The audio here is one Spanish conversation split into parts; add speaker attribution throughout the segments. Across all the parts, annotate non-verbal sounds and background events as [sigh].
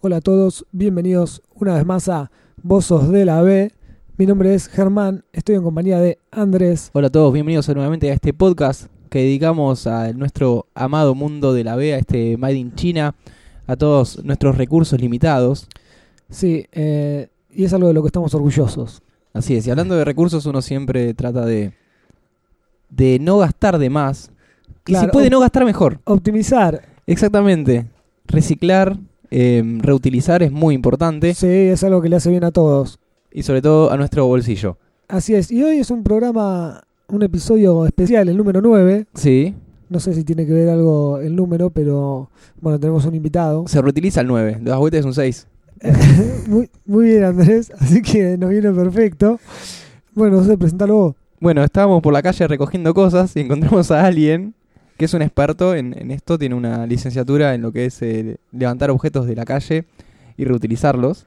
Speaker 1: Hola a todos, bienvenidos una vez más a Bozos de la B. Mi nombre es Germán, estoy en compañía de Andrés.
Speaker 2: Hola a todos, bienvenidos nuevamente a este podcast que dedicamos a nuestro amado mundo de la B, a este Made in China, a todos nuestros recursos limitados.
Speaker 1: Sí, eh, y es algo de lo que estamos orgullosos.
Speaker 2: Así es, y hablando de recursos uno siempre trata de, de no gastar de más. y
Speaker 1: Claro,
Speaker 2: si puede
Speaker 1: op-
Speaker 2: no gastar mejor.
Speaker 1: Optimizar,
Speaker 2: Exactamente. Reciclar, eh, reutilizar es muy importante
Speaker 1: sí, es algo que le hace bien a todos.
Speaker 2: y sobre todo a nuestro bolsillo.
Speaker 1: Así es, y hoy es un programa, un episodio especial, el número 9.
Speaker 2: Sí,
Speaker 1: No sé si tiene que ver algo el número, pero bueno, tenemos un invitado.
Speaker 2: se reutiliza el 9, de las vueltas es un 6.
Speaker 1: muy, muy bien, Andrés, [laughs] así que nos viene perfecto. Bueno, no sé, presentalo vos.
Speaker 2: Bueno, estábamos por la calle recogiendo cosas y encontramos a alguien que es un experto en, en esto, tiene una licenciatura en lo que es eh, levantar objetos de la calle y reutilizarlos.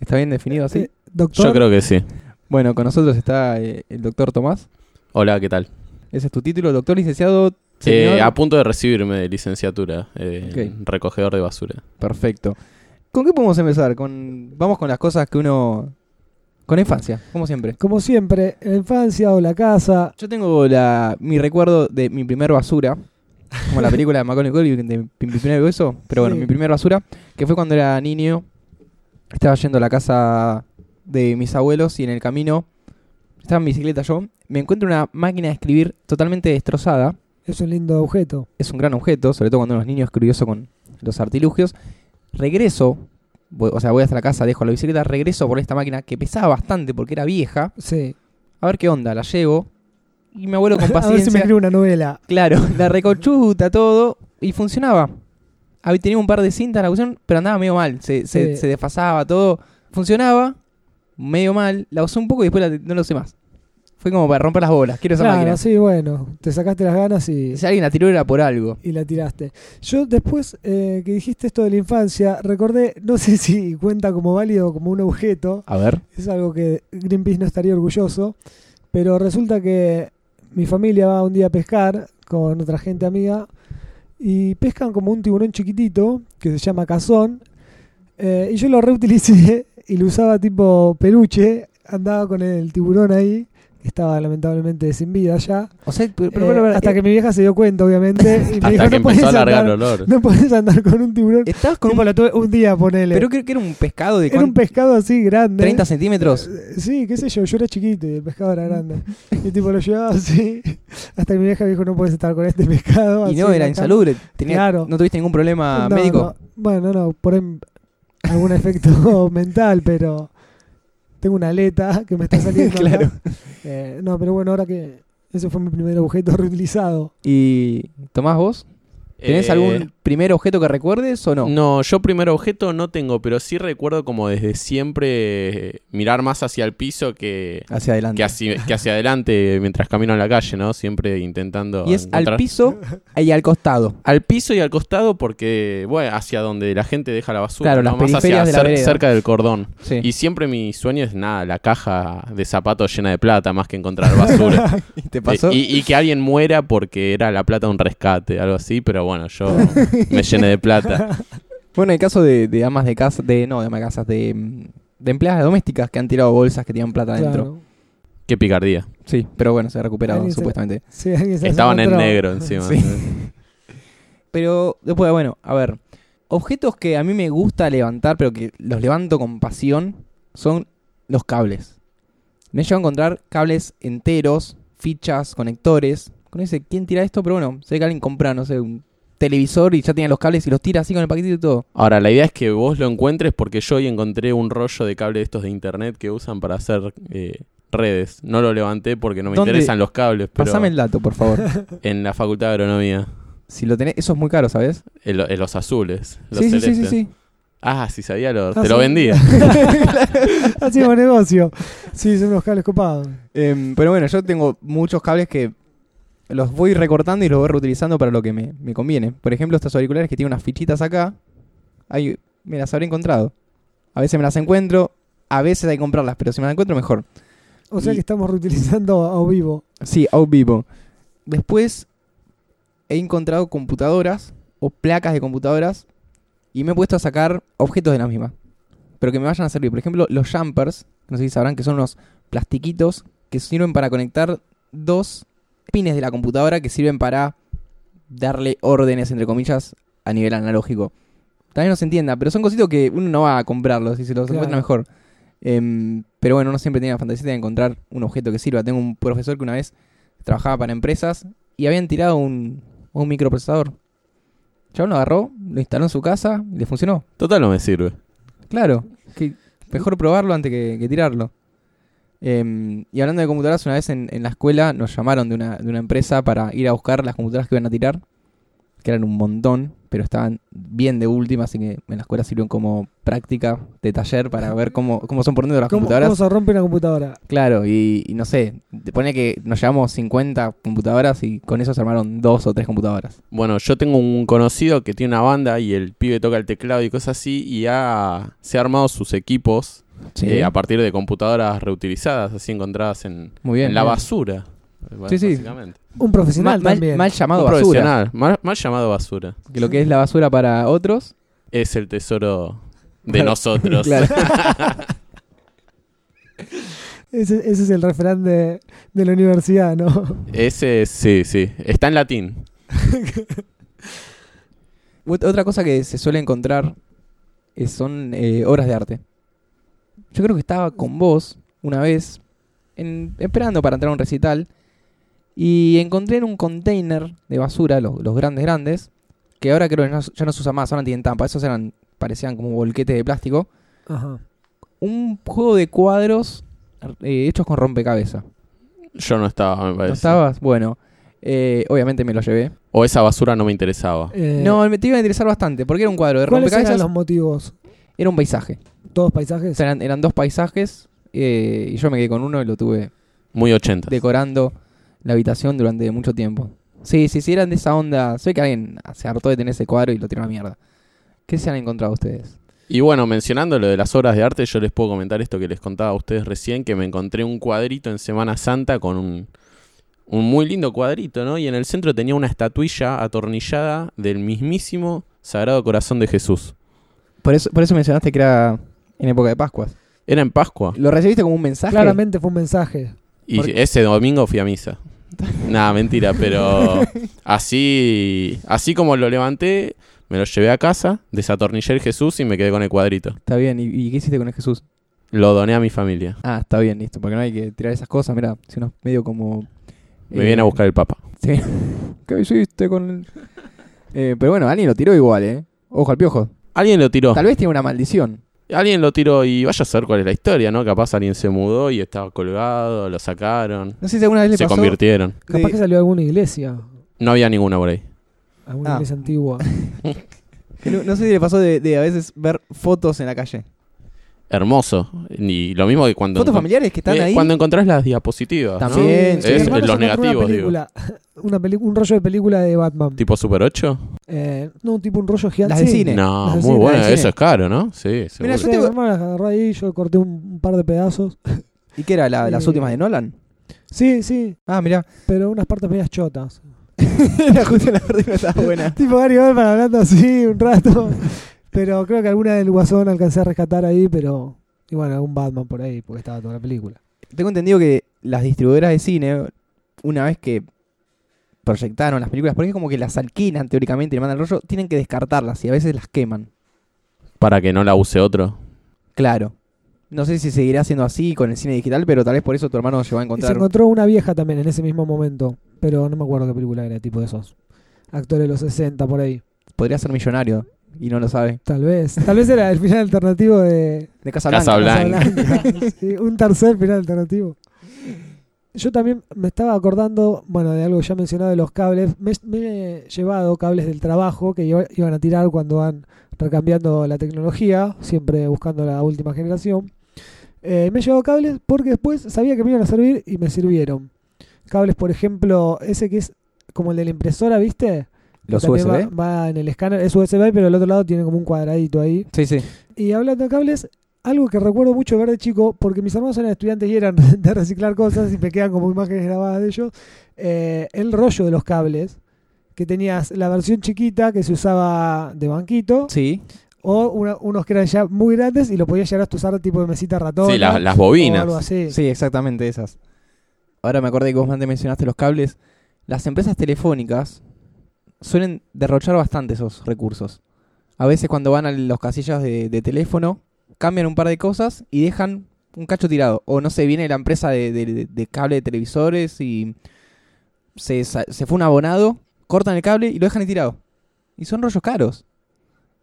Speaker 2: ¿Está bien definido así?
Speaker 1: Eh, doctor.
Speaker 3: Yo creo que sí.
Speaker 2: Bueno, con nosotros está eh, el doctor Tomás.
Speaker 3: Hola, ¿qué tal?
Speaker 2: Ese es tu título, doctor licenciado. señor-
Speaker 3: Eh, a punto de recibirme de licenciatura, eh,
Speaker 2: Ok.
Speaker 3: recogedor de basura.
Speaker 2: Perfecto. ¿Con qué podemos empezar? Con, vamos con las cosas que uno... Con la infancia, como siempre.
Speaker 1: Como siempre, la infancia o la casa.
Speaker 2: Yo tengo la, mi recuerdo de mi primer basura, como la película de Macaulay Culkin, de mi, mi primer beso, pero bueno,
Speaker 1: Sí.
Speaker 2: mi primer basura, que fue cuando era niño, estaba yendo a la casa de mis abuelos y en el camino, estaba en bicicleta yo, me encuentro una máquina de escribir totalmente destrozada,
Speaker 1: Es un lindo objeto.
Speaker 2: es un gran objeto, sobre todo cuando uno es niño es curioso con los artilugios, regreso, voy- o sea, voy hasta la casa, dejo la bicicleta, regreso por esta máquina que pesaba bastante porque era vieja,
Speaker 1: Sí. a
Speaker 2: a ver qué onda, la llevo. Y
Speaker 1: [laughs]
Speaker 2: mi abuelo con
Speaker 1: ver si me
Speaker 2: paciencia...
Speaker 1: escribe una novela.
Speaker 2: Claro, [laughs] la reconchuta, todo, y funcionaba. Había tenido un par de cintas la cuestión, pero andaba medio mal, se, se,
Speaker 1: Sí.
Speaker 2: se desfasaba, todo. Funcionaba, medio mal, la usé un poco y después la- no la usé más. Fue como para romper las bolas, quiero esa
Speaker 1: Claro,
Speaker 2: máquina.
Speaker 1: sí, bueno. Te sacaste las ganas y,
Speaker 2: Si alguien la tiró era por algo.
Speaker 1: y la tiraste. Yo después eh, que dijiste esto de la infancia, recordé, no sé [laughs] si cuenta como válido o como un objeto.
Speaker 2: A ver.
Speaker 1: Es algo que Greenpeace no estaría orgulloso. Pero resulta que mi familia va un día a pescar con otra gente amiga y pescan como un tiburón chiquitito que se llama cazón. eh, y yo lo reutilicé y lo usaba tipo peluche. Andaba con el tiburón ahí, que estaba lamentablemente sin vida ya.
Speaker 2: O sea, pero- pero-
Speaker 1: Eh,
Speaker 2: pero- pero-
Speaker 1: hasta
Speaker 2: eh,
Speaker 1: que mi vieja se dio cuenta,
Speaker 2: [laughs]
Speaker 1: obviamente. Y me
Speaker 3: Hasta
Speaker 1: dijo,
Speaker 3: que
Speaker 1: no podés,
Speaker 3: empezó a largar el
Speaker 1: andar,
Speaker 3: olor.
Speaker 1: no podés andar con un tiburón.
Speaker 2: estabas con
Speaker 1: Tipo,
Speaker 2: un...
Speaker 1: lo tuve un día, ponele.
Speaker 2: Pero creo que era un pescado de
Speaker 1: Era un
Speaker 2: cuán-
Speaker 1: pescado así grande.
Speaker 2: 30 centímetros.
Speaker 1: Eh, Sí, qué sé yo, yo era chiquito y el pescado era grande. Y tipo lo llevaba así, [laughs] hasta que mi vieja me dijo, no puedes estar con este pescado.
Speaker 2: Y
Speaker 1: así
Speaker 2: no,
Speaker 1: en
Speaker 2: era
Speaker 1: la
Speaker 2: insalubre. Tenía-
Speaker 1: Claro.
Speaker 2: No tuviste ningún problema
Speaker 1: cama". No,
Speaker 2: médico.
Speaker 1: no. Bueno, no, por ahí algún efecto [laughs] mental, pero tengo una aleta que me
Speaker 2: [laughs]
Speaker 1: está saliendo. acá.
Speaker 2: Claro.
Speaker 1: Eh, no, pero bueno, ahora que ese fue mi primer objeto reutilizado.
Speaker 2: Y Tomás, vos, ¿tenés
Speaker 3: Eh,
Speaker 2: algún primer objeto que recuerdes o no?
Speaker 3: No, yo primer objeto no tengo, pero sí recuerdo como desde siempre eh, mirar más hacia el piso que,
Speaker 2: Hacia adelante.
Speaker 3: que, hacia, que hacia adelante mientras camino en la calle, ¿no? Siempre intentando.
Speaker 2: Y es al
Speaker 3: encontrar-
Speaker 2: piso y al costado.
Speaker 3: Al piso y al costado porque, bueno, hacia donde la gente deja la basura,
Speaker 2: Claro,
Speaker 3: ¿no?
Speaker 2: las
Speaker 3: más hacia
Speaker 2: periferias de la vereda.
Speaker 3: cerca del cordón.
Speaker 2: Sí.
Speaker 3: Y siempre mi sueño es nada, la caja de zapatos llena de plata más que
Speaker 2: [laughs]
Speaker 3: encontrar basura.
Speaker 2: te pasó?
Speaker 3: Eh, Y, y que alguien muera porque era la plata de un rescate, algo así, pero bueno, yo me llené
Speaker 2: [laughs]
Speaker 3: de plata.
Speaker 2: Bueno, el caso de, de amas de casa, de no, de amas de casas, de, mm, de empleadas domésticas que han tirado bolsas que tenían plata adentro.
Speaker 1: Claro.
Speaker 3: Qué picardía.
Speaker 2: Sí, pero bueno, se recuperaron
Speaker 1: Alguien se-
Speaker 2: supuestamente.
Speaker 1: Sí, alguien se
Speaker 3: Estaban en
Speaker 1: encontró.
Speaker 3: negro encima.
Speaker 2: Sí. Pero después, bueno, a ver. Objetos que a mí me gusta levantar, pero que los levanto con pasión, son los cables. Me he llegado a encontrar cables enteros, fichas, conectores. Con ese, ¿quién tira esto? Pero bueno, sé que alguien compra, no sé, un televisor y ya tenía los cables y los tira así con el paquetito y todo.
Speaker 3: Ahora, la idea es que vos lo encuentres porque yo hoy encontré un rollo de cable de estos de internet que usan para hacer eh, redes. No lo levanté porque no me
Speaker 2: ¿Dónde?
Speaker 3: interesan los cables, pero
Speaker 2: Pásame el dato, por
Speaker 3: [laughs]
Speaker 2: favor.
Speaker 3: en la Facultad de Agronomía.
Speaker 2: Si lo tenés, eso es muy caro, ¿sabes?
Speaker 3: En, lo- en los azules. Los
Speaker 2: Sí, sí, sí, sí,
Speaker 3: celestes.
Speaker 2: sí.
Speaker 3: Ah, sí, sabía, lo,
Speaker 1: Ah,
Speaker 3: te lo
Speaker 1: sí.
Speaker 3: vendía.
Speaker 1: [laughs] Hacíamos negocio. Sí, son unos cables copados.
Speaker 2: Em, pero bueno, yo tengo muchos cables que los voy recortando y los voy reutilizando para lo que me, me conviene. Por ejemplo, estos auriculares que tienen unas fichitas acá, ahí me las habré encontrado. A veces me las encuentro, a veces hay que comprarlas, pero si me las encuentro, mejor.
Speaker 1: O sea
Speaker 2: Y-
Speaker 1: que estamos reutilizando a a vivo.
Speaker 2: Sí, out vivo. Después he encontrado computadoras o placas de computadoras Y me he puesto a sacar objetos de la misma. Pero que me vayan a servir. Por ejemplo, los jumpers, no sé si sabrán que son unos plastiquitos que sirven para conectar dos pines de la computadora que sirven para darle órdenes, entre comillas, a nivel analógico. También no se entienda, pero son cositos que uno no va a comprarlos y se los
Speaker 1: Claro.
Speaker 2: encuentra mejor. Em, pero bueno, uno siempre tiene la fantasía de encontrar un objeto que sirva. Tengo un profesor que una vez trabajaba para empresas y habían tirado un, un microprocesador. Chabón lo agarró, lo instaló en su casa y le funcionó.
Speaker 3: Total no me sirve.
Speaker 2: Claro, que mejor probarlo antes que, que tirarlo. Em, y hablando de computadoras, una vez en, en la escuela nos llamaron de una, de una empresa para ir a buscar las computadoras que iban a tirar, que eran un montón, pero estaban bien de última, así que en la escuela sirvieron como práctica de taller para ver cómo, cómo son por dentro las
Speaker 1: ¿Cómo,
Speaker 2: computadoras.
Speaker 1: cómo se rompe una computadora?
Speaker 2: Claro, y, y no sé, te pone que nos llevamos 50 computadoras y con eso se armaron dos o tres computadoras.
Speaker 3: Bueno, yo tengo un conocido que tiene una banda y el pibe toca el teclado y cosas así y ha, se ha armado sus equipos eh, a partir de computadoras reutilizadas, así encontradas en,
Speaker 2: muy bien.
Speaker 3: en la
Speaker 2: bien.
Speaker 3: basura. eh,
Speaker 2: Sí, sí.
Speaker 3: básicamente.
Speaker 1: Un
Speaker 2: Ma-
Speaker 1: profesional
Speaker 2: mal,
Speaker 1: también.
Speaker 2: mal
Speaker 3: Un
Speaker 2: llamado basura.
Speaker 3: profesional, mal, mal llamado basura.
Speaker 2: Que lo que es la basura para otros.
Speaker 3: Es el tesoro de
Speaker 2: Claro. [laughs]
Speaker 3: nosotros.
Speaker 2: Claro.
Speaker 1: Ese, ese es el refrán de, de la universidad, ¿no?
Speaker 3: Ese, es- sí, sí. Está en latín.
Speaker 2: Ot- Otra cosa que se suele encontrar eh, son eh, obras de arte. Yo creo que estaba con vos una vez en- esperando para entrar a un recital y encontré en un container de basura, lo- los grandes grandes, que ahora creo que no- ya no se usa más, ahora tienen tampa, esos eran parecían como bolquetes de plástico,
Speaker 1: Ajá.
Speaker 2: un juego de cuadros eh, hechos con rompecabezas.
Speaker 3: Yo no estaba, me parece.
Speaker 2: ¿No estabas? Bueno, eh, obviamente me lo llevé.
Speaker 3: O esa basura no me interesaba.
Speaker 1: Eh,
Speaker 2: No, me te iba a interesar bastante, porque era un cuadro de
Speaker 1: ¿Cuáles eran
Speaker 2: rompecabezas,
Speaker 1: los motivos?
Speaker 2: era un paisaje.
Speaker 1: ¿Todos
Speaker 2: O
Speaker 1: paisajes?
Speaker 2: sea, eran, eran dos paisajes eh, y yo me quedé con uno y lo tuve
Speaker 3: Muy ochentas.
Speaker 2: decorando la habitación durante mucho tiempo. Sí, sí, sí, eran de esa onda. Sé que alguien se hartó de tener ese cuadro y lo tiró a la mierda. ¿Qué se han encontrado ustedes?
Speaker 3: Y bueno, mencionando lo de las obras de arte, yo les puedo comentar esto que les contaba a ustedes recién, que me encontré un cuadrito en Semana Santa con un, un muy lindo cuadrito, ¿no? Y en el centro tenía una estatuilla atornillada del mismísimo Sagrado Corazón de Jesús.
Speaker 2: Por eso, por eso mencionaste que era en época de Pascuas.
Speaker 3: Era en Pascua.
Speaker 2: ¿Lo recibiste como un mensaje?
Speaker 1: Claramente fue un mensaje.
Speaker 3: Y
Speaker 2: Porque-
Speaker 3: ese domingo fui a misa. Nada, mentira, pero así, así como lo levanté, me lo llevé a casa, desatornillé el Jesús y me quedé con el cuadrito.
Speaker 2: Está bien. ¿Y, y qué hiciste con el Jesús?
Speaker 3: Lo doné a mi familia.
Speaker 2: Ah, está bien, listo. Porque no hay que tirar esas cosas. Mira, si uno es medio como.
Speaker 3: Me
Speaker 2: eh,
Speaker 3: viene a buscar el Papa.
Speaker 2: Sí. ¿Qué hiciste con el.? Eh, pero bueno, alguien lo tiró igual, ¿eh? Ojo al piojo.
Speaker 3: Alguien lo tiró.
Speaker 2: Tal vez tiene una maldición.
Speaker 3: Alguien lo tiró y vaya a saber cuál es la historia, ¿no? Capaz alguien se mudó y estaba colgado, lo sacaron,
Speaker 2: No sé si alguna vez le
Speaker 3: se
Speaker 2: pasó.
Speaker 3: convirtieron.
Speaker 2: de-
Speaker 1: Capaz que salió de alguna iglesia.
Speaker 3: No había ninguna por ahí.
Speaker 1: Alguna
Speaker 2: Ah.
Speaker 1: iglesia antigua.
Speaker 2: que no, no sé si le pasó de, de a veces ver fotos en la calle.
Speaker 3: Hermoso. Y lo mismo que cuando...
Speaker 2: Fotos
Speaker 3: encon-
Speaker 2: familiares que están
Speaker 3: Eh,
Speaker 2: ahí.
Speaker 3: Cuando encontrás las diapositivas.
Speaker 2: Tam-
Speaker 3: ¿no?
Speaker 2: También,
Speaker 3: sí. Es
Speaker 1: Mi hermano
Speaker 3: los
Speaker 1: se encontró
Speaker 3: negativos,
Speaker 1: Una película, una pelicu- un rollo de película de Batman.
Speaker 3: ¿Tipo Super 8?
Speaker 1: Eh, no, tipo un rollo gigante.
Speaker 2: Las del
Speaker 1: Sí.
Speaker 2: cine.
Speaker 3: No,
Speaker 1: Las del
Speaker 3: muy
Speaker 1: cine,
Speaker 3: bueno.
Speaker 2: las del
Speaker 3: Eso
Speaker 2: cine.
Speaker 3: es caro, ¿no? Sí, seguro.
Speaker 2: Mirá,
Speaker 1: Sí,
Speaker 2: yo tengo-
Speaker 1: mi hermano las agarró ahí, yo corté un, un par de pedazos.
Speaker 2: ¿Y qué era? la- las
Speaker 1: Eh.
Speaker 2: últimas de Nolan.
Speaker 1: Sí, sí,
Speaker 2: Ah, [laughs] mirá.
Speaker 1: pero unas partes medias chotas.
Speaker 2: la justa la verdad no estaba buena.
Speaker 1: Tipo Gary Oldman hablando así un rato. Pero creo que alguna del Guasón alcancé a rescatar ahí, pero... Y bueno, algún Batman por ahí, porque estaba toda la película.
Speaker 2: Tengo entendido que las distribuidoras de cine, una vez que proyectaron las películas, porque es como que las alquilan teóricamente y le mandan el rollo, tienen que descartarlas y a veces las queman.
Speaker 3: Para que no la use otro.
Speaker 2: Claro. No sé si seguirá siendo así con el cine digital, pero tal vez por eso tu hermano llegó a
Speaker 1: Y se
Speaker 2: encontrar.
Speaker 1: encontró una vieja también en ese mismo momento, pero no me acuerdo qué película era, tipo de esos. Actores de los 60 por ahí.
Speaker 2: Podría ser millonario y no lo sabe.
Speaker 1: Tal vez. Tal vez era el final alternativo de
Speaker 2: De Casa Blanca.
Speaker 3: Casablanca.
Speaker 1: Casablanca. [laughs] Sí, un tercer final alternativo. Yo también me estaba acordando, bueno, de algo ya mencionado de los cables. Me, me he llevado cables del trabajo que iba- iban a tirar cuando van recambiando la tecnología, siempre buscando la última generación. Eh, me he llevado cables porque después sabía que me iban a servir y me sirvieron. Cables, por ejemplo, ese que es como el de la impresora, ¿viste?
Speaker 2: ¿Los
Speaker 1: También va-
Speaker 2: USB?
Speaker 1: va en el escáner, es USB, pero el otro lado tiene como un cuadradito ahí.
Speaker 2: Sí, sí.
Speaker 1: Y hablando de cables, algo que recuerdo mucho ver de chico, porque mis hermanos eran estudiantes y eran [laughs] de reciclar cosas y me quedan como imágenes grabadas de ellos, eh, el rollo de los cables, que tenías la versión chiquita que se usaba de banquito,
Speaker 2: Sí.
Speaker 1: O una- unos que eran ya muy grandes y lo podías llegar a usar tipo de mesita ratón.
Speaker 3: Sí, la- las
Speaker 1: O algo
Speaker 3: bobinas.
Speaker 1: así.
Speaker 2: Sí, exactamente esas. Ahora me acordé que vos antes mencionaste los cables. Las empresas telefónicas suelen derrochar bastante esos recursos. A veces cuando van a los casillas de, de teléfono, cambian un par de cosas y dejan un cacho tirado. O no sé, viene la empresa de, de- de cable de televisores y se, sa- se fue un abonado, cortan el cable y lo dejan ahí tirado. Y son rollos caros.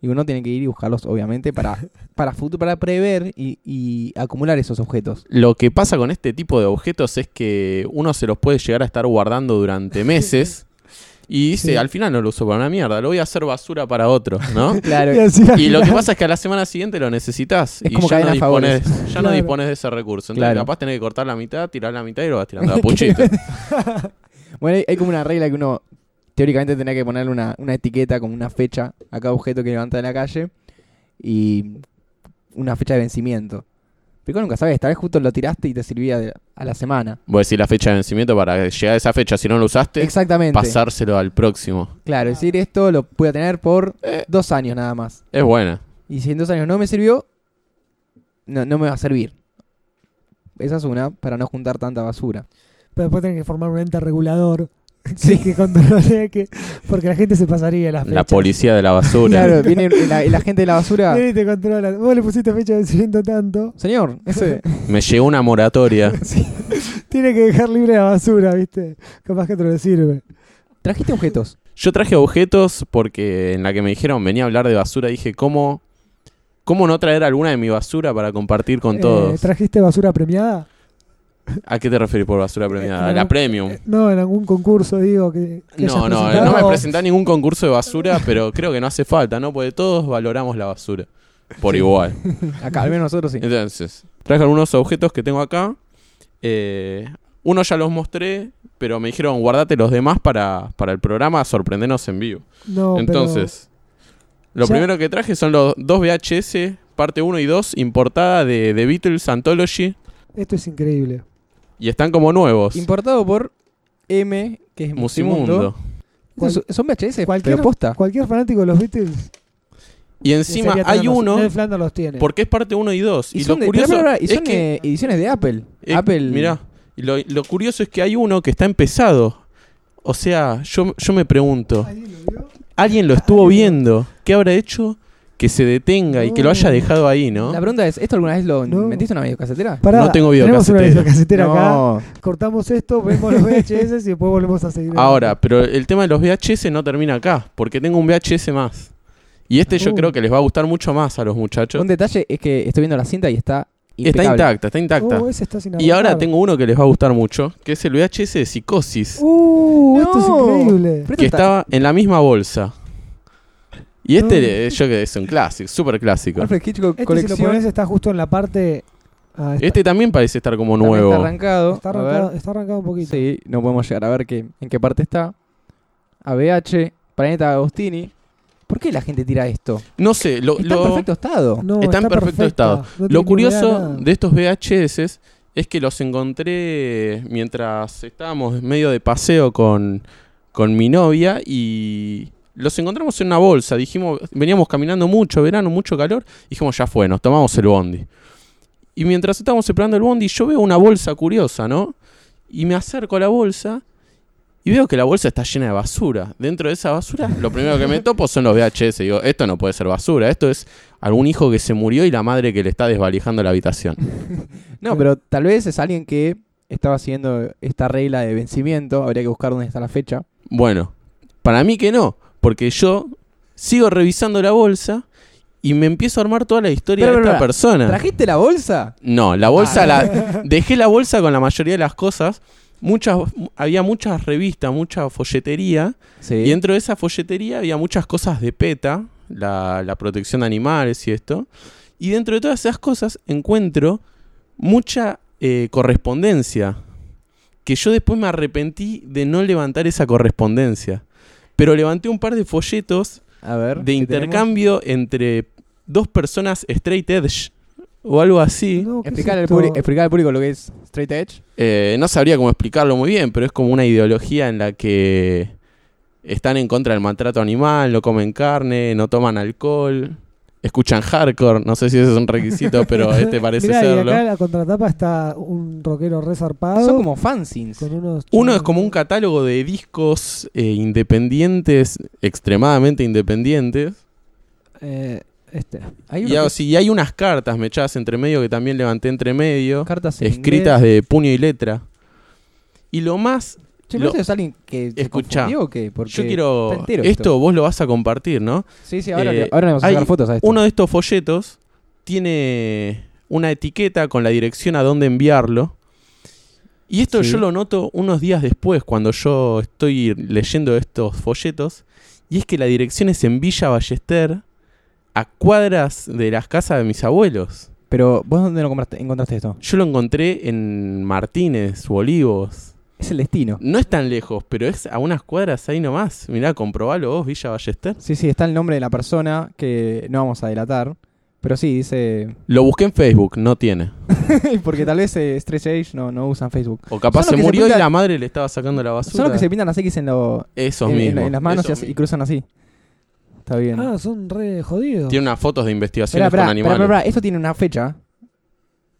Speaker 2: Y uno tiene que ir y buscarlos, obviamente, para, para, futuro, para prever y- y acumular esos objetos.
Speaker 3: Lo que pasa con este tipo de objetos es que uno se los puede llegar a estar guardando
Speaker 2: [laughs]
Speaker 3: durante meses y dice,
Speaker 1: Sí.
Speaker 3: al final no lo uso para una mierda, lo voy a hacer basura para otro, ¿no?
Speaker 2: Claro,
Speaker 1: Y, así,
Speaker 3: eh, Y
Speaker 1: al [laughs]
Speaker 2: [laughs]
Speaker 3: lo que
Speaker 1: final-
Speaker 3: pasa es que a la semana siguiente lo necesitas
Speaker 2: Es
Speaker 3: y
Speaker 2: como
Speaker 3: ya, no
Speaker 2: cadena de favores.
Speaker 3: dispones, ya no
Speaker 1: Claro.
Speaker 3: dispones de ese recurso. Entonces
Speaker 2: Claro.
Speaker 3: capaz tenés que cortar la mitad, tirar la mitad y lo
Speaker 2: [laughs]
Speaker 3: vas tirando a puchito.
Speaker 2: Bueno, hay, hay como una regla que uno teóricamente tenía que ponerle una, una etiqueta, como una fecha a cada objeto que levanta de la calle y una fecha de vencimiento. Pero uno nunca sabes, tal vez justo lo tiraste y te servía de- a la semana.
Speaker 3: Voy a decir la fecha de vencimiento para que llegue a esa fecha, si no lo usaste,
Speaker 2: Exactamente.
Speaker 3: pasárselo al próximo.
Speaker 2: Claro, es decir esto lo voy a tener por dos años nada más.
Speaker 3: Es buena.
Speaker 2: Y si en dos años no me sirvió, no, no me va a servir. Esa es una para no juntar tanta basura.
Speaker 1: Pero después tienen que formar un ente regulador. Sí. Que controle [laughs] que. Porque la gente se pasaría las fechas.
Speaker 3: La policía de la basura.
Speaker 2: Claro, viene la, la gente de la basura.
Speaker 1: [laughs] Viene y te controla. Vos le pusiste fecha de vencimiento tanto.
Speaker 2: Señor, ese,
Speaker 3: Me llegó
Speaker 2: [laughs]
Speaker 3: una moratoria.
Speaker 1: Tiene que dejar libre la basura, ¿viste? Capaz que te lo sirve.
Speaker 2: trajiste objetos.
Speaker 3: Yo traje objetos porque en la que me dijeron venía a hablar de basura, dije, ¿cómo, cómo no traer alguna de mi basura para compartir con
Speaker 1: Eh,
Speaker 3: todos?
Speaker 1: ¿Trajiste basura premiada?
Speaker 3: ¿A qué te referís por basura premiada? A la
Speaker 1: no.
Speaker 3: premium.
Speaker 1: No, en algún concurso, digo. Que, que hayas
Speaker 3: No, eh, no,
Speaker 1: presentado.
Speaker 3: no me presenté a ningún concurso de basura, pero creo que no hace falta, ¿no? Porque todos valoramos la basura por igual.
Speaker 2: Acá, al menos nosotros sí.
Speaker 3: Entonces, traje algunos objetos que tengo acá. Eh, uno ya los mostré, pero me dijeron guardate los demás para, para el programa, sorprendernos en vivo.
Speaker 2: Oh,
Speaker 1: No, pero-
Speaker 3: Entonces, lo
Speaker 1: Ya-
Speaker 3: primero que traje son los dos VHS, parte 1 y 2, importada de The Beatles Anthology,
Speaker 1: Esto es increíble.
Speaker 3: y están como nuevos.
Speaker 2: Importado por M, que es Musimundo.
Speaker 3: Pues. Musimundo.
Speaker 2: Esos Son VHS,
Speaker 1: Cualquier-
Speaker 2: pero posta.
Speaker 1: Cualquier fanático de los Beatles.
Speaker 3: Y encima
Speaker 1: desearía
Speaker 3: hay
Speaker 1: tenerlos.
Speaker 3: uno,
Speaker 1: Ned Flanders los tiene.
Speaker 3: porque es parte 1 y 2. Y,
Speaker 2: Y
Speaker 3: lo
Speaker 2: son, de-
Speaker 3: curioso
Speaker 2: pará, pará, y
Speaker 3: es
Speaker 2: son,
Speaker 3: que...
Speaker 2: eh, ediciones de Apple.
Speaker 3: es-
Speaker 2: Apple.
Speaker 3: Eh, mirá, y lo, lo curioso es que hay uno que está empezado. O sea, yo, yo me pregunto,
Speaker 1: ¿Alguien lo vio?
Speaker 3: ¿alguien lo estuvo viendo? ¿Qué habrá hecho que se detenga y que lo haya
Speaker 1: No.
Speaker 3: dejado ahí, no?
Speaker 2: La pregunta es: ¿esto alguna vez lo
Speaker 1: No.
Speaker 2: metiste en una videocasetera?
Speaker 1: Pará,
Speaker 3: No tengo videocasetera.
Speaker 1: Tenemos una videocasetera acá.
Speaker 2: no.
Speaker 1: Cortamos esto, vemos los VHS y después volvemos a seguir.
Speaker 3: Ahora, pero el tema de los VHS no termina acá, porque tengo un VHS más. Y este yo
Speaker 1: Uh.
Speaker 3: creo que les va a gustar mucho más a los muchachos.
Speaker 2: Un detalle es que estoy viendo la cinta y está.
Speaker 3: Está
Speaker 2: impecable. Uh,
Speaker 3: intacta, está intacta.
Speaker 1: Oh, ese está sin
Speaker 3: y ahora
Speaker 1: arrancar.
Speaker 3: tengo uno que les va a gustar mucho, que es el VHS de Psicosis,
Speaker 1: Uh,
Speaker 2: No.
Speaker 1: esto es increíble. Este,
Speaker 2: Pero esto
Speaker 3: que
Speaker 2: está-
Speaker 3: estaba en la misma bolsa. Y este
Speaker 2: Uh.
Speaker 1: No.
Speaker 3: eh, yo creo que es un clásico, súper clásico.
Speaker 2: Alfred Hitchcock
Speaker 1: Este
Speaker 2: colección.
Speaker 1: si lo pones está justo en la parte. ah, está,
Speaker 3: Este también parece estar como
Speaker 2: también
Speaker 3: nuevo.
Speaker 2: Está arrancado.
Speaker 1: está
Speaker 2: A ver.
Speaker 1: arrancado, está arrancado un poquito.
Speaker 2: Sí, no podemos llegar a ver qué, en qué parte está. ABH, Planeta Agostini. ¿Por qué la gente tira esto?
Speaker 3: No sé, lo,
Speaker 2: Está
Speaker 3: lo-
Speaker 2: en perfecto estado.
Speaker 1: No,
Speaker 3: Está en perfecto
Speaker 1: perfecta,
Speaker 3: estado.
Speaker 1: no tiene ni
Speaker 3: lo
Speaker 1: humedad,
Speaker 3: curioso
Speaker 1: nada.
Speaker 3: de estos VHS es que los encontré mientras estábamos en medio de paseo con, con mi novia y los encontramos en una bolsa. Dijimos, veníamos caminando mucho, verano, mucho calor. Dijimos, ya fue, nos tomamos el bondi. Y mientras estábamos esperando el bondi, yo veo una bolsa curiosa, ¿no? Y me acerco a la bolsa y veo que la bolsa está llena de basura. Dentro de esa basura, lo primero que me topo son los VHS. Digo, esto no puede ser basura, esto es algún hijo que se murió y la madre que le está desvalijando la habitación.
Speaker 2: No, pero tal vez es alguien que estaba haciendo esta regla de vencimiento. Habría que buscar dónde está la fecha.
Speaker 3: Bueno, para mí que no, porque yo sigo revisando la bolsa y me empiezo a armar toda la historia
Speaker 2: Pero,
Speaker 3: de
Speaker 2: pero,
Speaker 3: esta
Speaker 2: pero,
Speaker 3: persona.
Speaker 2: ¿Trajiste Ah. la bolsa?
Speaker 3: No, la bolsa la dejé la bolsa con la mayoría de las cosas. Muchas había muchas revistas, mucha folletería
Speaker 2: Sí.
Speaker 3: y dentro de esa folletería había muchas cosas de PETA, la, la protección de animales y esto. Y dentro de todas esas cosas encuentro mucha eh, correspondencia. Que yo después me arrepentí de no levantar esa correspondencia. Pero levanté un par de folletos
Speaker 2: A ver.
Speaker 3: de
Speaker 2: ¿qué tenemos?
Speaker 3: intercambio entre dos personas straight edge o algo así.
Speaker 1: No, ¿qué es
Speaker 2: Explicar al,
Speaker 1: esto?
Speaker 2: publi- explicar al público eh, lo que es Straight Edge.
Speaker 3: Eh, no sabría cómo explicarlo muy bien, pero es como una ideología en la que están en contra del maltrato animal, no comen carne, no toman alcohol, escuchan hardcore. No sé si ese es
Speaker 2: [laughs]
Speaker 3: un requisito, pero este parece
Speaker 1: Mirá, y
Speaker 3: serlo.
Speaker 1: acá en la contratapa está un rockero resarpado.
Speaker 2: Son como fanzines.
Speaker 1: Ah, con unos
Speaker 3: Uno
Speaker 1: chavales-
Speaker 3: es como un catálogo de discos eh, independientes, extremadamente independientes.
Speaker 1: Eh, este.
Speaker 2: Hay
Speaker 3: Y,
Speaker 2: unas
Speaker 3: ah, sí, y hay unas cartas mechadas entre medio que también levanté entre medio,
Speaker 2: cartas en
Speaker 3: escritas
Speaker 2: inglés.
Speaker 3: de puño y letra. Y lo más,
Speaker 2: Che,
Speaker 3: lo-
Speaker 2: ¿pero eso es alguien que se
Speaker 3: Escuchá,
Speaker 2: confundió o qué? Porque
Speaker 3: yo quiero...
Speaker 2: está
Speaker 3: Esto.
Speaker 2: entero esto.
Speaker 3: vos lo vas a compartir, ¿no?
Speaker 2: Sí, sí, ahora,
Speaker 3: eh,
Speaker 2: le- ahora le vamos a
Speaker 3: hay
Speaker 2: sacar fotos a esto.
Speaker 3: Uno de estos folletos tiene una etiqueta con la dirección a dónde enviarlo. Y esto
Speaker 2: Sí.
Speaker 3: yo lo noto unos días después cuando yo estoy leyendo estos folletos. Y es que la dirección es en Villa Ballester, a cuadras de las casas de mis abuelos.
Speaker 2: Pero, ¿vos dónde lo compraste- encontraste esto?
Speaker 3: Yo lo encontré en Martínez o Olivos.
Speaker 2: Es el destino.
Speaker 3: No es tan lejos, pero es a unas cuadras ahí nomás. Mirá, comprobalo vos, Villa Ballester.
Speaker 2: Sí, sí, está el nombre de la persona que no vamos a delatar. Pero sí, dice.
Speaker 3: Lo busqué en Facebook, no tiene.
Speaker 2: [laughs] porque tal vez eh, Stretch Age no, no usan Facebook.
Speaker 3: O
Speaker 2: Son
Speaker 3: capaz
Speaker 2: los
Speaker 3: se
Speaker 2: que se
Speaker 3: murió y
Speaker 2: pintan-
Speaker 3: la madre le estaba sacando la basura.
Speaker 2: Son
Speaker 1: eh.
Speaker 2: los que se pintan las X en, lo,
Speaker 3: Esos
Speaker 2: en, en-
Speaker 3: mismos.
Speaker 2: en las manos y,
Speaker 3: Esos
Speaker 2: así- y
Speaker 3: mismos.
Speaker 2: cruzan así. Está bien.
Speaker 1: Ah, son re jodidos.
Speaker 3: Tiene unas fotos de investigaciones
Speaker 2: Esperá, esperá,
Speaker 3: con
Speaker 2: esperá,
Speaker 3: animales.
Speaker 2: esperá, esto tiene una fecha.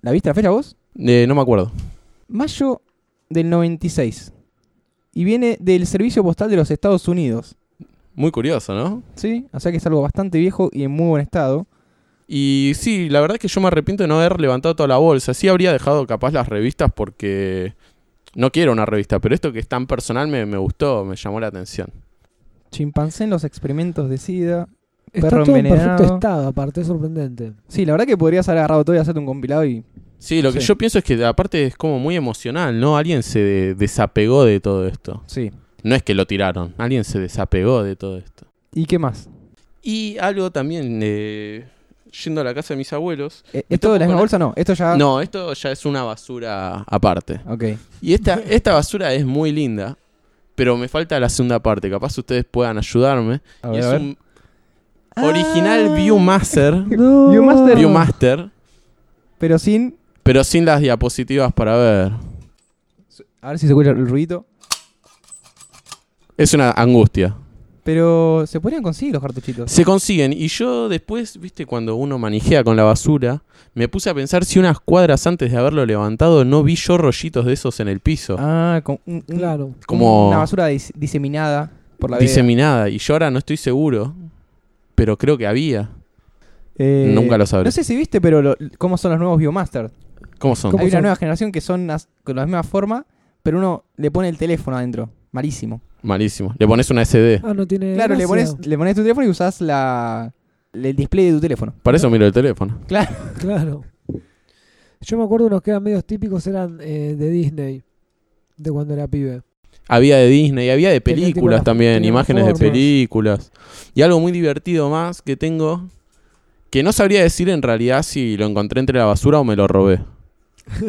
Speaker 2: ¿La viste la fecha vos?
Speaker 3: Eh, no me acuerdo.
Speaker 2: Mayo del 96. Y viene del Servicio Postal de los Estados Unidos.
Speaker 3: Muy curioso, ¿no?
Speaker 2: ¿Sí? O sea que es algo bastante viejo y en muy buen estado.
Speaker 3: Y sí, la verdad es que yo me arrepiento de no haber levantado toda la bolsa. Sí habría dejado capaz las revistas porque no quiero una revista, pero esto que es tan personal me, me gustó, me llamó la atención.
Speaker 2: Chimpancé en los experimentos de SIDA.
Speaker 1: Está
Speaker 2: perro
Speaker 1: todo en perfecto
Speaker 2: envenenado.
Speaker 1: estado, aparte, es sorprendente.
Speaker 2: Sí, la verdad que podrías haber agarrado todo y hacerte un compilado y...
Speaker 3: Sí, lo que
Speaker 2: Sí.
Speaker 3: yo pienso es que aparte es como muy emocional, ¿no? Alguien se de- desapegó de todo esto.
Speaker 2: Sí.
Speaker 3: No es que lo tiraron, alguien se desapegó de todo esto.
Speaker 2: ¿Y qué más?
Speaker 3: Y algo también, eh, yendo a la casa de mis abuelos.
Speaker 2: Eh, ¿Es todo de la misma bolsa o no? Esto ya...
Speaker 3: No, esto ya es una basura aparte.
Speaker 2: Ok.
Speaker 3: Y esta, esta basura es muy linda, pero me falta la segunda parte. Capaz ustedes puedan ayudarme.
Speaker 2: A
Speaker 3: Y
Speaker 2: ver,
Speaker 3: es
Speaker 2: a ver. Ah.
Speaker 3: un
Speaker 2: [laughs]
Speaker 3: original Viewmaster,
Speaker 1: No.
Speaker 2: Viewmaster.
Speaker 3: Viewmaster,
Speaker 2: Pero sin...
Speaker 3: pero sin las diapositivas para ver.
Speaker 2: A ver si se escucha el ruido.
Speaker 3: Es una angustia.
Speaker 2: Pero se podrían conseguir los cartuchitos.
Speaker 3: Se consiguen. Y yo después, viste, cuando uno manijea con la basura, me puse a pensar si unas cuadras antes de haberlo levantado no vi yo rollitos de esos en el piso.
Speaker 2: Ah, con un- un-
Speaker 1: Claro.
Speaker 3: Como-
Speaker 2: Una basura dis- diseminada por la vida.
Speaker 3: diseminada. Y yo ahora no estoy seguro, pero creo que había.
Speaker 2: Eh,
Speaker 3: Nunca lo sabré.
Speaker 2: No sé si viste, pero lo- cómo son los nuevos Biomaster.
Speaker 3: ¿Cómo son?
Speaker 1: ¿Cómo
Speaker 2: Hay una
Speaker 1: son?
Speaker 2: nueva generación que son as- con la misma forma, pero uno le pone el teléfono adentro. Malísimo.
Speaker 3: Malísimo. Le pones una SD.
Speaker 1: Ah, no tiene.
Speaker 2: Claro, le
Speaker 1: gracia.
Speaker 2: pones, le pones tu teléfono y usás la, el display de tu
Speaker 3: [laughs]
Speaker 2: teléfono.
Speaker 3: Para eso miro el teléfono.
Speaker 1: [laughs] Claro. Yo me acuerdo unos que eran medios típicos, eran eh, de Disney, de cuando era pibe.
Speaker 3: Había de Disney, había de
Speaker 1: Tenía tipo
Speaker 3: películas
Speaker 1: las-
Speaker 3: también,
Speaker 1: tenía
Speaker 3: imágenes de
Speaker 1: reformas.
Speaker 3: películas. Y algo muy divertido más que tengo, que no sabría decir en realidad si lo encontré entre la basura o me lo robé.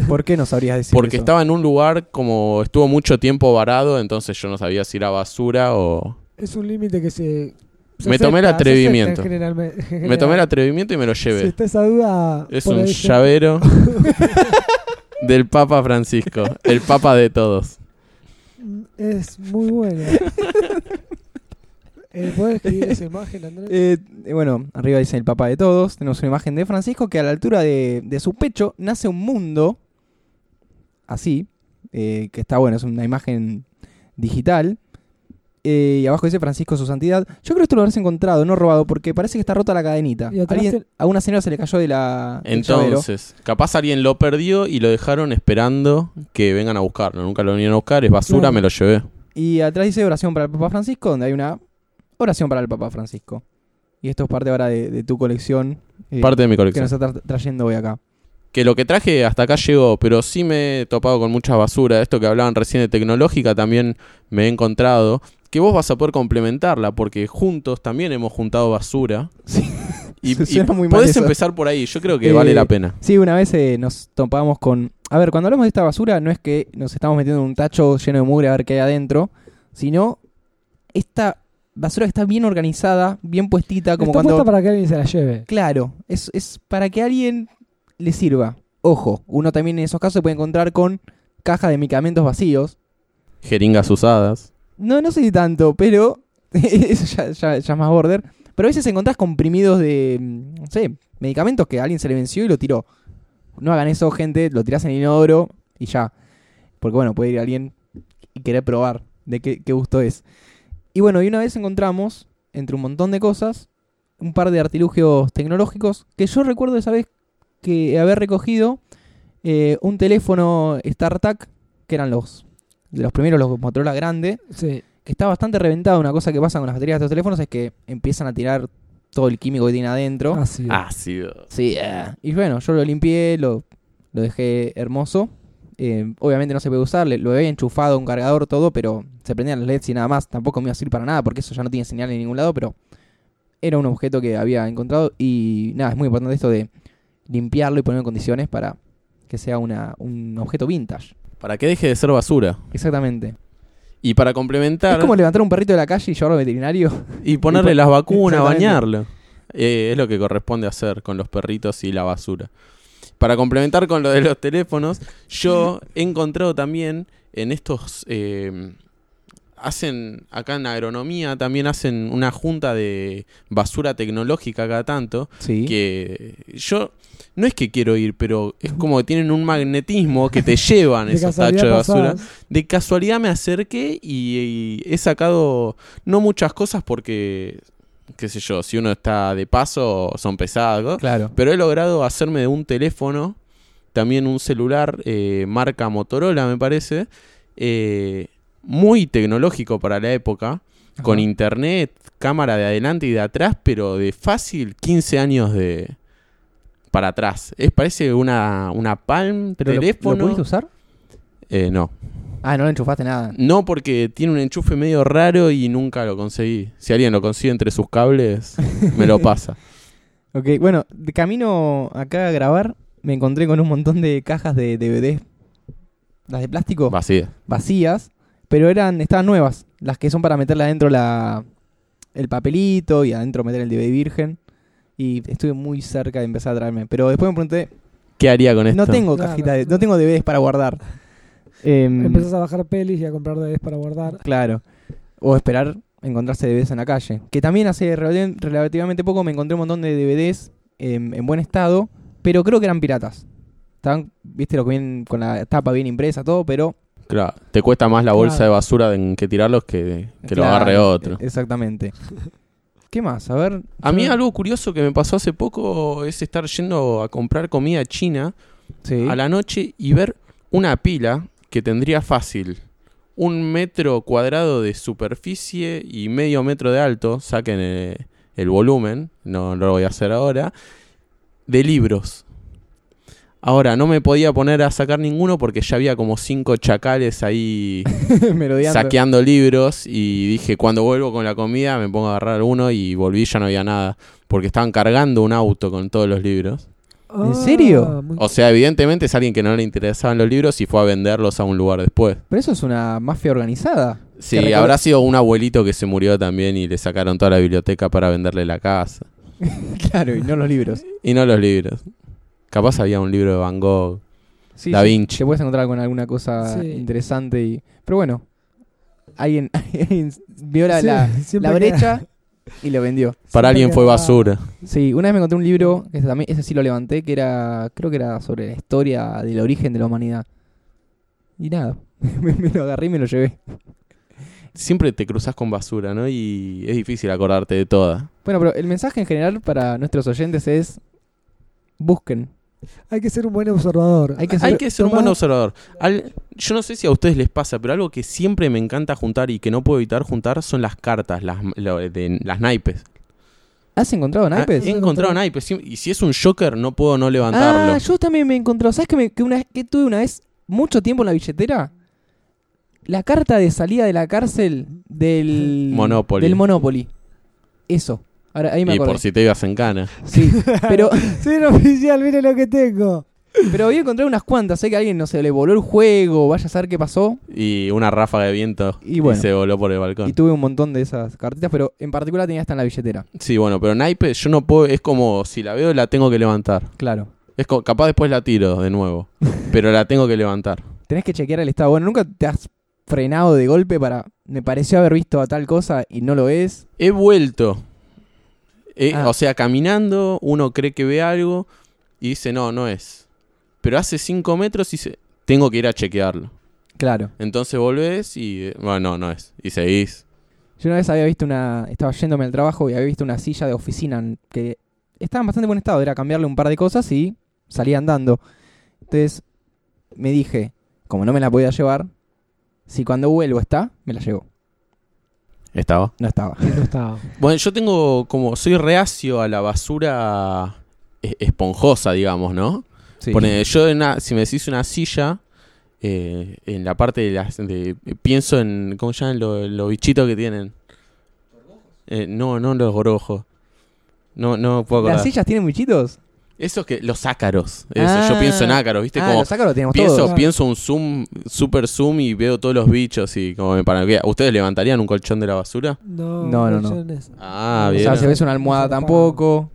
Speaker 2: ¿Por qué no sabrías decir
Speaker 3: Porque
Speaker 2: eso?
Speaker 3: estaba en un lugar como estuvo mucho tiempo varado, entonces yo no sabía si era basura o...
Speaker 1: Es un límite que se. se
Speaker 3: Me tomé el
Speaker 1: acepta, se
Speaker 3: atrevimiento.
Speaker 1: acepta en generalme- en general.
Speaker 3: Me tomé el atrevimiento y me lo
Speaker 1: Si
Speaker 3: llevé.
Speaker 1: está esa duda.
Speaker 3: Es
Speaker 1: por
Speaker 3: un
Speaker 1: ahí- [laughs]
Speaker 3: llavero del Papa Francisco, el Papa de todos.
Speaker 1: Es muy buena. [laughs] Eh, ¿Podés escribir esa imagen, Andrés?
Speaker 2: Eh, eh, bueno, arriba dice el papá de todos. Tenemos una imagen de Francisco que a la altura de, de su pecho nace un mundo. Así. eh, que está bueno, es una imagen digital. Eh, y abajo dice Francisco su santidad. Yo creo que esto lo habrás encontrado, no robado, porque parece que está rota la cadenita.
Speaker 1: Y atrás
Speaker 2: Alguien-
Speaker 1: te-
Speaker 2: A una señora se le cayó de la. del llavero.
Speaker 3: Entonces, capaz alguien lo perdió y lo dejaron esperando que vengan a buscarlo. Nunca lo vinieron a buscar, es basura,
Speaker 1: Claro.
Speaker 3: me lo llevé.
Speaker 2: Y atrás dice oración para el Papa Francisco, donde hay una oración para el Papa Francisco. Y esto es parte ahora de, de tu colección. eh,
Speaker 3: Parte de mi
Speaker 2: que
Speaker 3: colección.
Speaker 2: nos está tra- trayendo hoy acá.
Speaker 3: Que lo que traje hasta acá llegó, pero sí me he topado con mucha basura. Esto que hablaban recién de tecnológica también me he encontrado. Que vos vas a poder complementarla, porque juntos también hemos juntado basura.
Speaker 2: Sí. [laughs]
Speaker 3: Y,
Speaker 2: Se
Speaker 3: y
Speaker 2: suena muy mal
Speaker 3: podés
Speaker 2: eso.
Speaker 3: empezar por ahí, yo creo que
Speaker 2: Eh,
Speaker 3: vale la pena.
Speaker 2: Sí, una vez eh, nos topamos con... A ver, cuando hablamos de esta basura no es que nos estamos metiendo en un tacho lleno de mugre a ver qué hay adentro, sino esta basura que está bien organizada, bien puestita, como
Speaker 1: está
Speaker 2: cuando...
Speaker 1: puesta para que alguien se la lleve.
Speaker 2: Claro, es, es para que a alguien le sirva. Ojo, uno también en esos casos se puede encontrar con cajas de medicamentos vacíos.
Speaker 3: Jeringas usadas.
Speaker 2: [laughs] No, no sé si tanto, pero eso ya, ya- ya es más border. Pero a veces encontrás comprimidos de, mm, no sé, medicamentos que a alguien se le venció y lo tiró. No hagan eso, gente, lo tirás en el inodoro y ya. Porque bueno, puede ir alguien y querer probar de qué, qué gusto es. Y bueno, y una vez encontramos, entre un montón de cosas, un par de artilugios tecnológicos que yo recuerdo esa vez que haber recogido eh, un teléfono StarTAC, que eran los de los primeros, los Motorola grande,
Speaker 1: Sí.
Speaker 2: que está bastante reventado. Una cosa que pasa con las baterías de estos teléfonos es que empiezan a tirar todo el químico que tiene adentro.
Speaker 1: Así.
Speaker 3: Ah, Ácido.
Speaker 2: Sí, eh. y bueno, yo lo limpié, lo, lo dejé hermoso. Eh, obviamente no se puede usar, le- lo había enchufado a un cargador, todo, pero se prendían las LEDs y nada más. Tampoco me iba a servir para nada porque eso ya no tiene señal en ningún lado, pero era un objeto que había encontrado. Y nada, es muy importante esto de limpiarlo y ponerlo en condiciones para que sea una, un objeto vintage.
Speaker 3: Para que deje de ser basura.
Speaker 2: Exactamente.
Speaker 3: Y para complementar,
Speaker 2: Es como levantar un perrito de la calle y llevarlo al veterinario.
Speaker 3: y ponerle
Speaker 2: y po-
Speaker 3: las vacunas,
Speaker 2: Exactamente.
Speaker 3: bañarlo. Eh, es lo que corresponde hacer con los perritos y la basura. Para complementar con lo de los teléfonos, yo he encontrado también en estos... eh, hacen, acá en agronomía también hacen una junta de basura tecnológica cada tanto.
Speaker 2: Sí. [laughs]
Speaker 3: que yo no es que quiero ir, pero es como que tienen un magnetismo que te llevan
Speaker 1: De
Speaker 3: esos
Speaker 1: casualidad
Speaker 3: tachos de basura.
Speaker 1: pasás.
Speaker 3: De casualidad me acerqué y, y he sacado no muchas cosas porque qué sé yo, si uno está de paso son pesadas, ¿no?
Speaker 2: Claro.
Speaker 3: pero he logrado hacerme de un teléfono, también un celular eh, marca Motorola me parece, eh, muy tecnológico para la época con
Speaker 2: Ajá.
Speaker 3: internet, cámara de adelante y de atrás, pero de fácil 15 años de para atrás. Es parece una, una Palm,
Speaker 2: ¿Pero lo-
Speaker 3: teléfono.
Speaker 2: ¿Lo, pudiste usar?
Speaker 3: Eh, no.
Speaker 2: Ah, no le enchufaste nada.
Speaker 3: No porque tiene un enchufe medio raro y nunca lo conseguí. Si alguien lo consigue entre sus cables, me
Speaker 2: [laughs]
Speaker 3: lo pasa.
Speaker 2: Ok, bueno, de camino acá a grabar me encontré con un montón de cajas de DVD. Las de plástico
Speaker 3: Vacía.
Speaker 2: vacías, pero eran estaban nuevas, las que son para meterle adentro la el papelito y adentro meter el DVD virgen y estuve muy cerca de empezar a traerme, pero después me pregunté,
Speaker 3: ¿Qué haría con esto?
Speaker 2: no tengo
Speaker 1: Claro.
Speaker 2: cajita de, no tengo DVDs para guardar. Em,
Speaker 1: Empezás a bajar pelis y a comprar DVDs para guardar.
Speaker 2: Claro. O esperar encontrarse DVDs en la calle. Que también hace rel- relativamente poco me encontré un montón de DVDs em, en buen estado, pero creo que eran piratas. Estaban, viste, lo que vienen con la tapa bien impresa, todo, pero...
Speaker 3: Claro, te cuesta más la bolsa
Speaker 1: Claro.
Speaker 3: de basura en que tirarlos que, que lo
Speaker 2: Claro,
Speaker 3: agarre otro.
Speaker 2: e-
Speaker 3: [laughs]
Speaker 2: Exactamente. ¿Qué más? A ver...
Speaker 3: A
Speaker 2: yo-
Speaker 3: mí algo curioso que me pasó hace poco es estar yendo a comprar comida china
Speaker 2: Sí. [laughs]
Speaker 3: a la noche y ver una pila que tendría fácil un metro cuadrado de superficie y medio metro de alto, saquen eh, el, volumen, no, no lo voy a hacer ahora, de libros. Ahora, no me podía poner a sacar ninguno porque ya había como cinco chacales ahí
Speaker 2: Merodeando.
Speaker 3: saqueando libros y dije, cuando vuelvo con la comida me pongo a agarrar uno y volví, ya no había nada, porque estaban cargando un auto con todos los libros.
Speaker 2: ¿En serio?
Speaker 1: Ah, muy-
Speaker 3: O sea, evidentemente es alguien que no le interesaban los libros y fue a venderlos a un lugar después.
Speaker 2: Pero eso es una mafia organizada. [laughs]
Speaker 3: Sí,
Speaker 2: Que recorre-
Speaker 3: habrá sido un abuelito que se murió también y le sacaron toda la biblioteca para venderle la casa.
Speaker 2: claro, y no los libros.
Speaker 3: Y no los libros. Capaz había un libro de Van Gogh.
Speaker 2: Sí,
Speaker 3: Da
Speaker 2: sí,
Speaker 3: Vinci.
Speaker 2: Te puedes encontrar con alguna cosa
Speaker 1: Sí.
Speaker 2: interesante y... Pero bueno, alguien, [laughs] alguien vio la-
Speaker 1: Sí,
Speaker 2: la,
Speaker 1: siempre
Speaker 2: la
Speaker 1: queda-
Speaker 2: brecha y lo vendió.
Speaker 3: Para
Speaker 1: siempre
Speaker 3: alguien fue
Speaker 1: queda-
Speaker 3: basura.
Speaker 2: Sí, una vez me encontré un libro, que ese, también, ese sí lo levanté, que era, creo que era sobre la historia del origen de la humanidad. Y nada, [laughs] me, me lo agarré y me lo llevé.
Speaker 3: Siempre te cruzas con basura, ¿no? Y es difícil acordarte de toda.
Speaker 2: Bueno, pero el mensaje en general para nuestros oyentes es, busquen.
Speaker 1: Hay que ser un buen observador.
Speaker 2: Hay que ser-
Speaker 3: Hay que ser un
Speaker 1: tomar-
Speaker 3: buen observador. Al- yo no sé si a ustedes les pasa, pero algo que siempre me encanta juntar y que no puedo evitar juntar son las cartas, las, lo- de- las naipes.
Speaker 2: ¿Has encontrado naipes?
Speaker 3: Ah, he encontrado naipes. sí, Y si es un Joker, no puedo no levantarlo.
Speaker 2: Ah, yo también me encontré. ¿Sabes que, me- que una, que tuve una vez mucho tiempo en la billetera? La carta de salida de la cárcel del
Speaker 3: Monopoly.
Speaker 2: Del Monopoly. Eso. Ahora, ahí me
Speaker 3: y
Speaker 2: acordé.
Speaker 3: por si te ibas en cana.
Speaker 2: Sí,
Speaker 1: [laughs]
Speaker 2: pero,
Speaker 1: Ser oficial, mire lo que tengo.
Speaker 2: pero había encontrado unas cuantas. Sé que a alguien, no sé, le voló el juego, vaya a saber qué pasó.
Speaker 3: Y una ráfaga de viento.
Speaker 2: Y bueno.
Speaker 3: se voló por el balcón.
Speaker 2: Y tuve un montón de esas cartitas, pero en particular tenía esta en la billetera.
Speaker 3: Sí, bueno, pero naipes, yo no puedo. Es como si la veo, la tengo que levantar.
Speaker 2: Claro.
Speaker 3: Es co- capaz después la tiro
Speaker 2: [laughs]
Speaker 3: de nuevo. pero la tengo que levantar.
Speaker 2: Tenés que chequear el estado. Bueno, nunca te has frenado de golpe para... Me pareció haber visto a tal cosa y no lo es.
Speaker 3: He vuelto Eh,
Speaker 2: Ah.
Speaker 3: O sea, caminando, uno cree que ve algo y dice, no, no es. Pero hace 5 metros y dice, tengo que ir a chequearlo.
Speaker 2: Claro.
Speaker 3: Entonces volvés y, eh, bueno, no, no es. Y seguís.
Speaker 2: Yo una vez había visto una. Estaba yéndome al trabajo y había visto una silla de oficina en- que estaba en bastante buen estado. Era cambiarle un par de cosas y salía andando. Entonces me dije, como no me la podía llevar, si cuando vuelvo está, me la llevo.
Speaker 3: Estaba.
Speaker 2: No estaba.
Speaker 1: Y no estaba.
Speaker 3: Bueno, yo tengo como, soy reacio a la basura eh, esponjosa, digamos, ¿no?
Speaker 2: Sí.
Speaker 3: Pone, yo en una- si me decís una silla, eh, en la parte de las... de- pienso en... ¿Cómo se llaman los los bichitos que tienen? Eh, no, no los gorojos. No, no puedo acordar.
Speaker 2: ¿Las sillas tienen bichitos?
Speaker 3: Esos que... Los ácaros. Eso,
Speaker 2: Ah.
Speaker 3: yo pienso en ácaros, ¿viste?
Speaker 2: ah,
Speaker 3: como
Speaker 2: los sacos los tenemos
Speaker 3: pienso,
Speaker 2: todos.
Speaker 3: pienso un zoom, super zoom y veo todos los bichos y como me paranoia. ¿Ustedes levantarían un colchón de la basura?
Speaker 1: No,
Speaker 2: No, no, no.
Speaker 1: colchones.
Speaker 3: Ah,
Speaker 2: O
Speaker 3: bien.
Speaker 2: sea, si ves una almohada tampoco.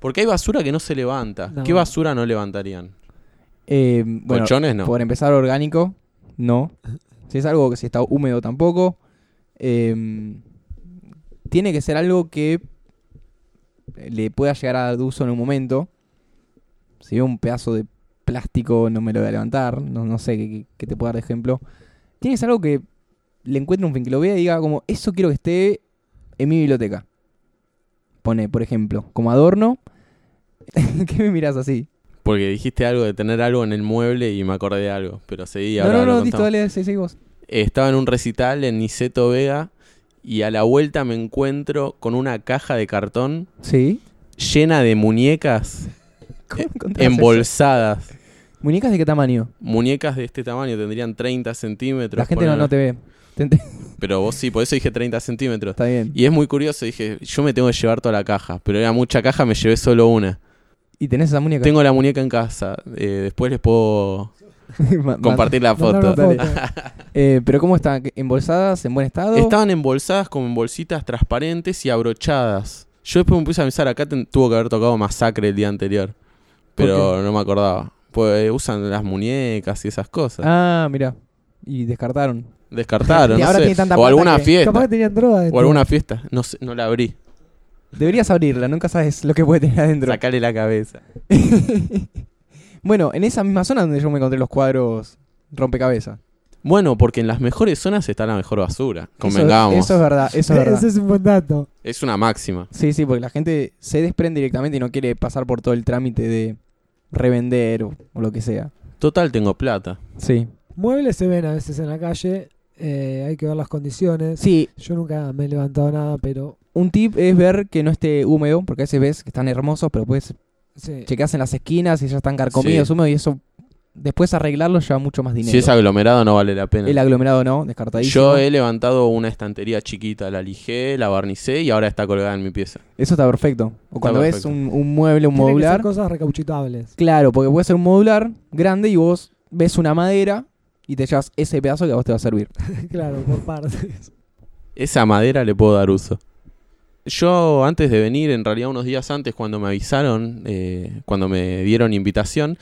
Speaker 3: Porque hay basura que no se levanta.
Speaker 1: No.
Speaker 3: ¿Qué basura no levantarían?
Speaker 2: Eh, bueno,
Speaker 3: ¿Colchones no?
Speaker 2: Por empezar, orgánico, no. Si es algo que si está húmedo, tampoco. Eh, tiene que ser algo que le pueda llegar a dar uso en un momento. Si veo un pedazo de plástico, no me lo voy a levantar. No, no sé qué, qué- qué te puedo dar de ejemplo. Tiene que ser algo que le encuentre un fin, que lo vea y diga como, eso quiero que esté en mi biblioteca. Pone, por ejemplo, como adorno. [laughs] ¿Qué me miras así?
Speaker 3: Porque dijiste algo de tener algo en el mueble y me acordé de algo, pero seguí
Speaker 2: no, no,
Speaker 3: ahora lo
Speaker 2: no,
Speaker 3: contamos.
Speaker 2: listo, dale, sí, sí, vos.
Speaker 3: Eh, Estaba en un recital en Niceto Vega y a la vuelta me encuentro con una caja de cartón
Speaker 2: Sí.
Speaker 3: llena de muñecas
Speaker 2: Ah,
Speaker 3: Eh,
Speaker 2: ¿Cómo encontrás eso?
Speaker 3: embolsadas.
Speaker 2: ¿Muñecas de qué tamaño?
Speaker 3: Muñecas de este tamaño tendrían 30 centímetros.
Speaker 2: La gente no,
Speaker 3: ponele.
Speaker 2: no te ve. [laughs] Te ent-
Speaker 3: Pero vos sí, por eso dije 30 centímetros.
Speaker 2: Está bien.
Speaker 3: Y es muy curioso, dije, yo me tengo que llevar toda la caja, pero era mucha caja, me llevé solo una.
Speaker 2: ¿Y tenés esa muñeca?
Speaker 3: Tengo la muñeca en casa, eh, después les puedo
Speaker 2: [laughs] Ma- ma-
Speaker 3: compartir la
Speaker 1: Mandar
Speaker 3: foto.
Speaker 1: una
Speaker 2: Dale.
Speaker 1: foto.
Speaker 2: Eh, ¿Pero cómo están? ¿Embolsadas? ¿En buen estado?
Speaker 3: Estaban embolsadas como en bolsitas transparentes y abrochadas. Yo después me puse a pensar, acá ten- tuvo que haber tocado masacre el día anterior.
Speaker 2: ¿Por
Speaker 3: Pero no me acordaba. Pues eh, usan las muñecas y esas cosas.
Speaker 2: Ah, mira. Y descartaron. [laughs]
Speaker 3: Descartaron,
Speaker 2: Y
Speaker 3: no
Speaker 2: ahora
Speaker 3: sé.
Speaker 2: tiene tanta
Speaker 3: O
Speaker 2: plata
Speaker 3: alguna
Speaker 2: que-
Speaker 1: Capaz
Speaker 3: fiesta.
Speaker 1: que tenían droga.
Speaker 3: O
Speaker 1: dentro.
Speaker 3: alguna fiesta. No sé, no la abrí.
Speaker 2: Deberías abrirla, nunca sabes lo que puede tener adentro.
Speaker 3: Sacale la cabeza.
Speaker 2: bueno, en esa misma zona donde yo me encontré los cuadros rompecabezas.
Speaker 3: Bueno, porque en las mejores zonas está la mejor basura.
Speaker 2: Eso-
Speaker 3: Convengamos.
Speaker 2: Eso, es verdad, eso es
Speaker 3: [laughs]
Speaker 2: verdad.
Speaker 1: Ese es un buen dato.
Speaker 3: Es una máxima.
Speaker 2: Sí, sí, porque la gente se desprende directamente y no quiere pasar por todo el trámite de revender o, o lo que sea.
Speaker 3: Total, tengo plata.
Speaker 2: Sí.
Speaker 1: Muebles se ven a veces en la calle. eh, hay que ver las condiciones.
Speaker 2: Sí,
Speaker 1: Yo nunca me he levantado nada, pero
Speaker 2: Un tip es ver que no esté húmedo, porque a veces ves que están hermosos, pero después
Speaker 1: sí.
Speaker 2: checas en las esquinas y ya están carcomidos,
Speaker 3: Sí.
Speaker 2: húmedos, y eso después arreglarlo lleva mucho más dinero.
Speaker 3: Si es aglomerado no vale la pena.
Speaker 2: El aglomerado no, descartadísimo.
Speaker 3: Yo he levantado una estantería chiquita, la lijé, la barnicé y ahora está colgada en mi pieza.
Speaker 2: Eso está perfecto. O cuando
Speaker 3: perfecto.
Speaker 2: ves un, un mueble, un
Speaker 1: Tienen que ser
Speaker 2: modular.
Speaker 1: cosas recauchutables.
Speaker 2: Claro, porque puede ser un modular grande y vos ves una madera y te llevas ese pedazo que a vos te va a servir.
Speaker 1: [laughs] claro, por partes.
Speaker 3: Esa madera le puedo dar uso. Yo antes de venir, en realidad unos días antes, cuando me avisaron, eh, cuando me dieron invitación,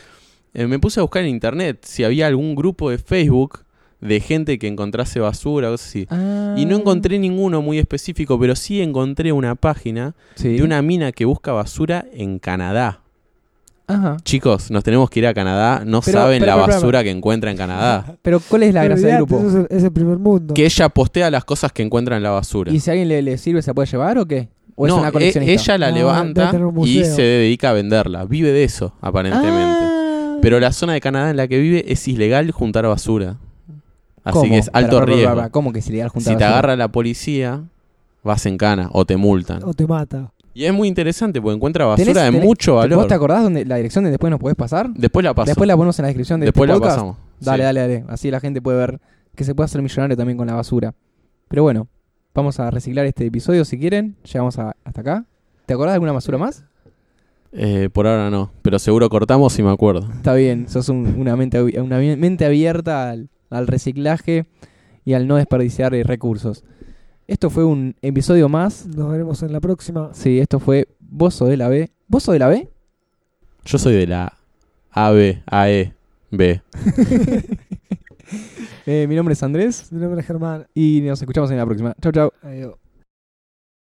Speaker 3: eh, me puse a buscar en internet si había algún grupo de Facebook de gente que encontrase basura o cosas así.
Speaker 1: Ah.
Speaker 3: Y
Speaker 2: Ah.
Speaker 3: no encontré ninguno muy específico, pero sí encontré una página
Speaker 2: Sí.
Speaker 3: de una mina que busca basura en Canadá.
Speaker 2: Ajá.
Speaker 3: Chicos, nos tenemos que ir a Canadá. No
Speaker 2: Pero-
Speaker 3: saben
Speaker 2: pero-
Speaker 3: la
Speaker 2: pero- pero-
Speaker 3: basura que encuentra en Canadá.
Speaker 2: Pero ¿cuál es [laughs] la
Speaker 1: Pero
Speaker 2: gracia del
Speaker 1: olvidate,
Speaker 2: grupo?
Speaker 1: eso Es el, es el primer mundo.
Speaker 3: Que ella postea las cosas que encuentra en la basura.
Speaker 2: ¿Y si a alguien le, le sirve, se la puede llevar o qué? ¿O es
Speaker 3: No,
Speaker 2: una
Speaker 3: e-
Speaker 2: coleccionista?
Speaker 3: ella la
Speaker 1: Ah, debe
Speaker 3: levanta
Speaker 1: tener un
Speaker 3: y
Speaker 1: museo.
Speaker 3: se dedica a venderla. Vive de eso, aparentemente.
Speaker 2: Ah.
Speaker 3: Pero la zona de Canadá en la que vive es ilegal juntar basura. Así
Speaker 2: ¿Cómo?
Speaker 3: que es
Speaker 2: Pará,
Speaker 3: alto
Speaker 2: pará, pará,
Speaker 3: riesgo.
Speaker 2: pará, ¿Cómo que si le
Speaker 3: si te agarra la policía, vas en cana o te multan.
Speaker 1: O te mata.
Speaker 3: Y es muy interesante porque encuentra basura
Speaker 2: Tenés-
Speaker 3: de
Speaker 2: tenés-
Speaker 3: mucho valor.
Speaker 2: ¿Vos te acordás dónde, la dirección de después nos podés pasar?
Speaker 3: Después la paso.
Speaker 2: Después la ponemos en la descripción de
Speaker 3: Después
Speaker 2: este
Speaker 3: la
Speaker 2: podcast.
Speaker 3: pasamos.
Speaker 2: Dale,
Speaker 3: Sí.
Speaker 2: dale, dale. Así la gente puede ver que se puede hacer millonario también con la basura. Pero bueno, vamos a reciclar este episodio si quieren. Llegamos a- hasta acá. ¿Te acordás de alguna basura más?
Speaker 3: Eh, por ahora no, pero seguro cortamos si me acuerdo.
Speaker 2: Está bien, sos un- una, mente, abi- una bi- mente abierta al, al reciclaje y al no desperdiciar eh, recursos. Esto fue un episodio más.
Speaker 1: Nos veremos en la
Speaker 2: [laughs]
Speaker 1: próxima.
Speaker 2: Sí, esto fue Bozo de la B. ¿Bozo de la B?
Speaker 3: Yo soy de la A, B, A, E, B.
Speaker 2: Eh, mi nombre es Andrés
Speaker 1: Mi nombre es Germán.
Speaker 2: y nos escuchamos en la próxima. Chau, chau.
Speaker 1: Adiós.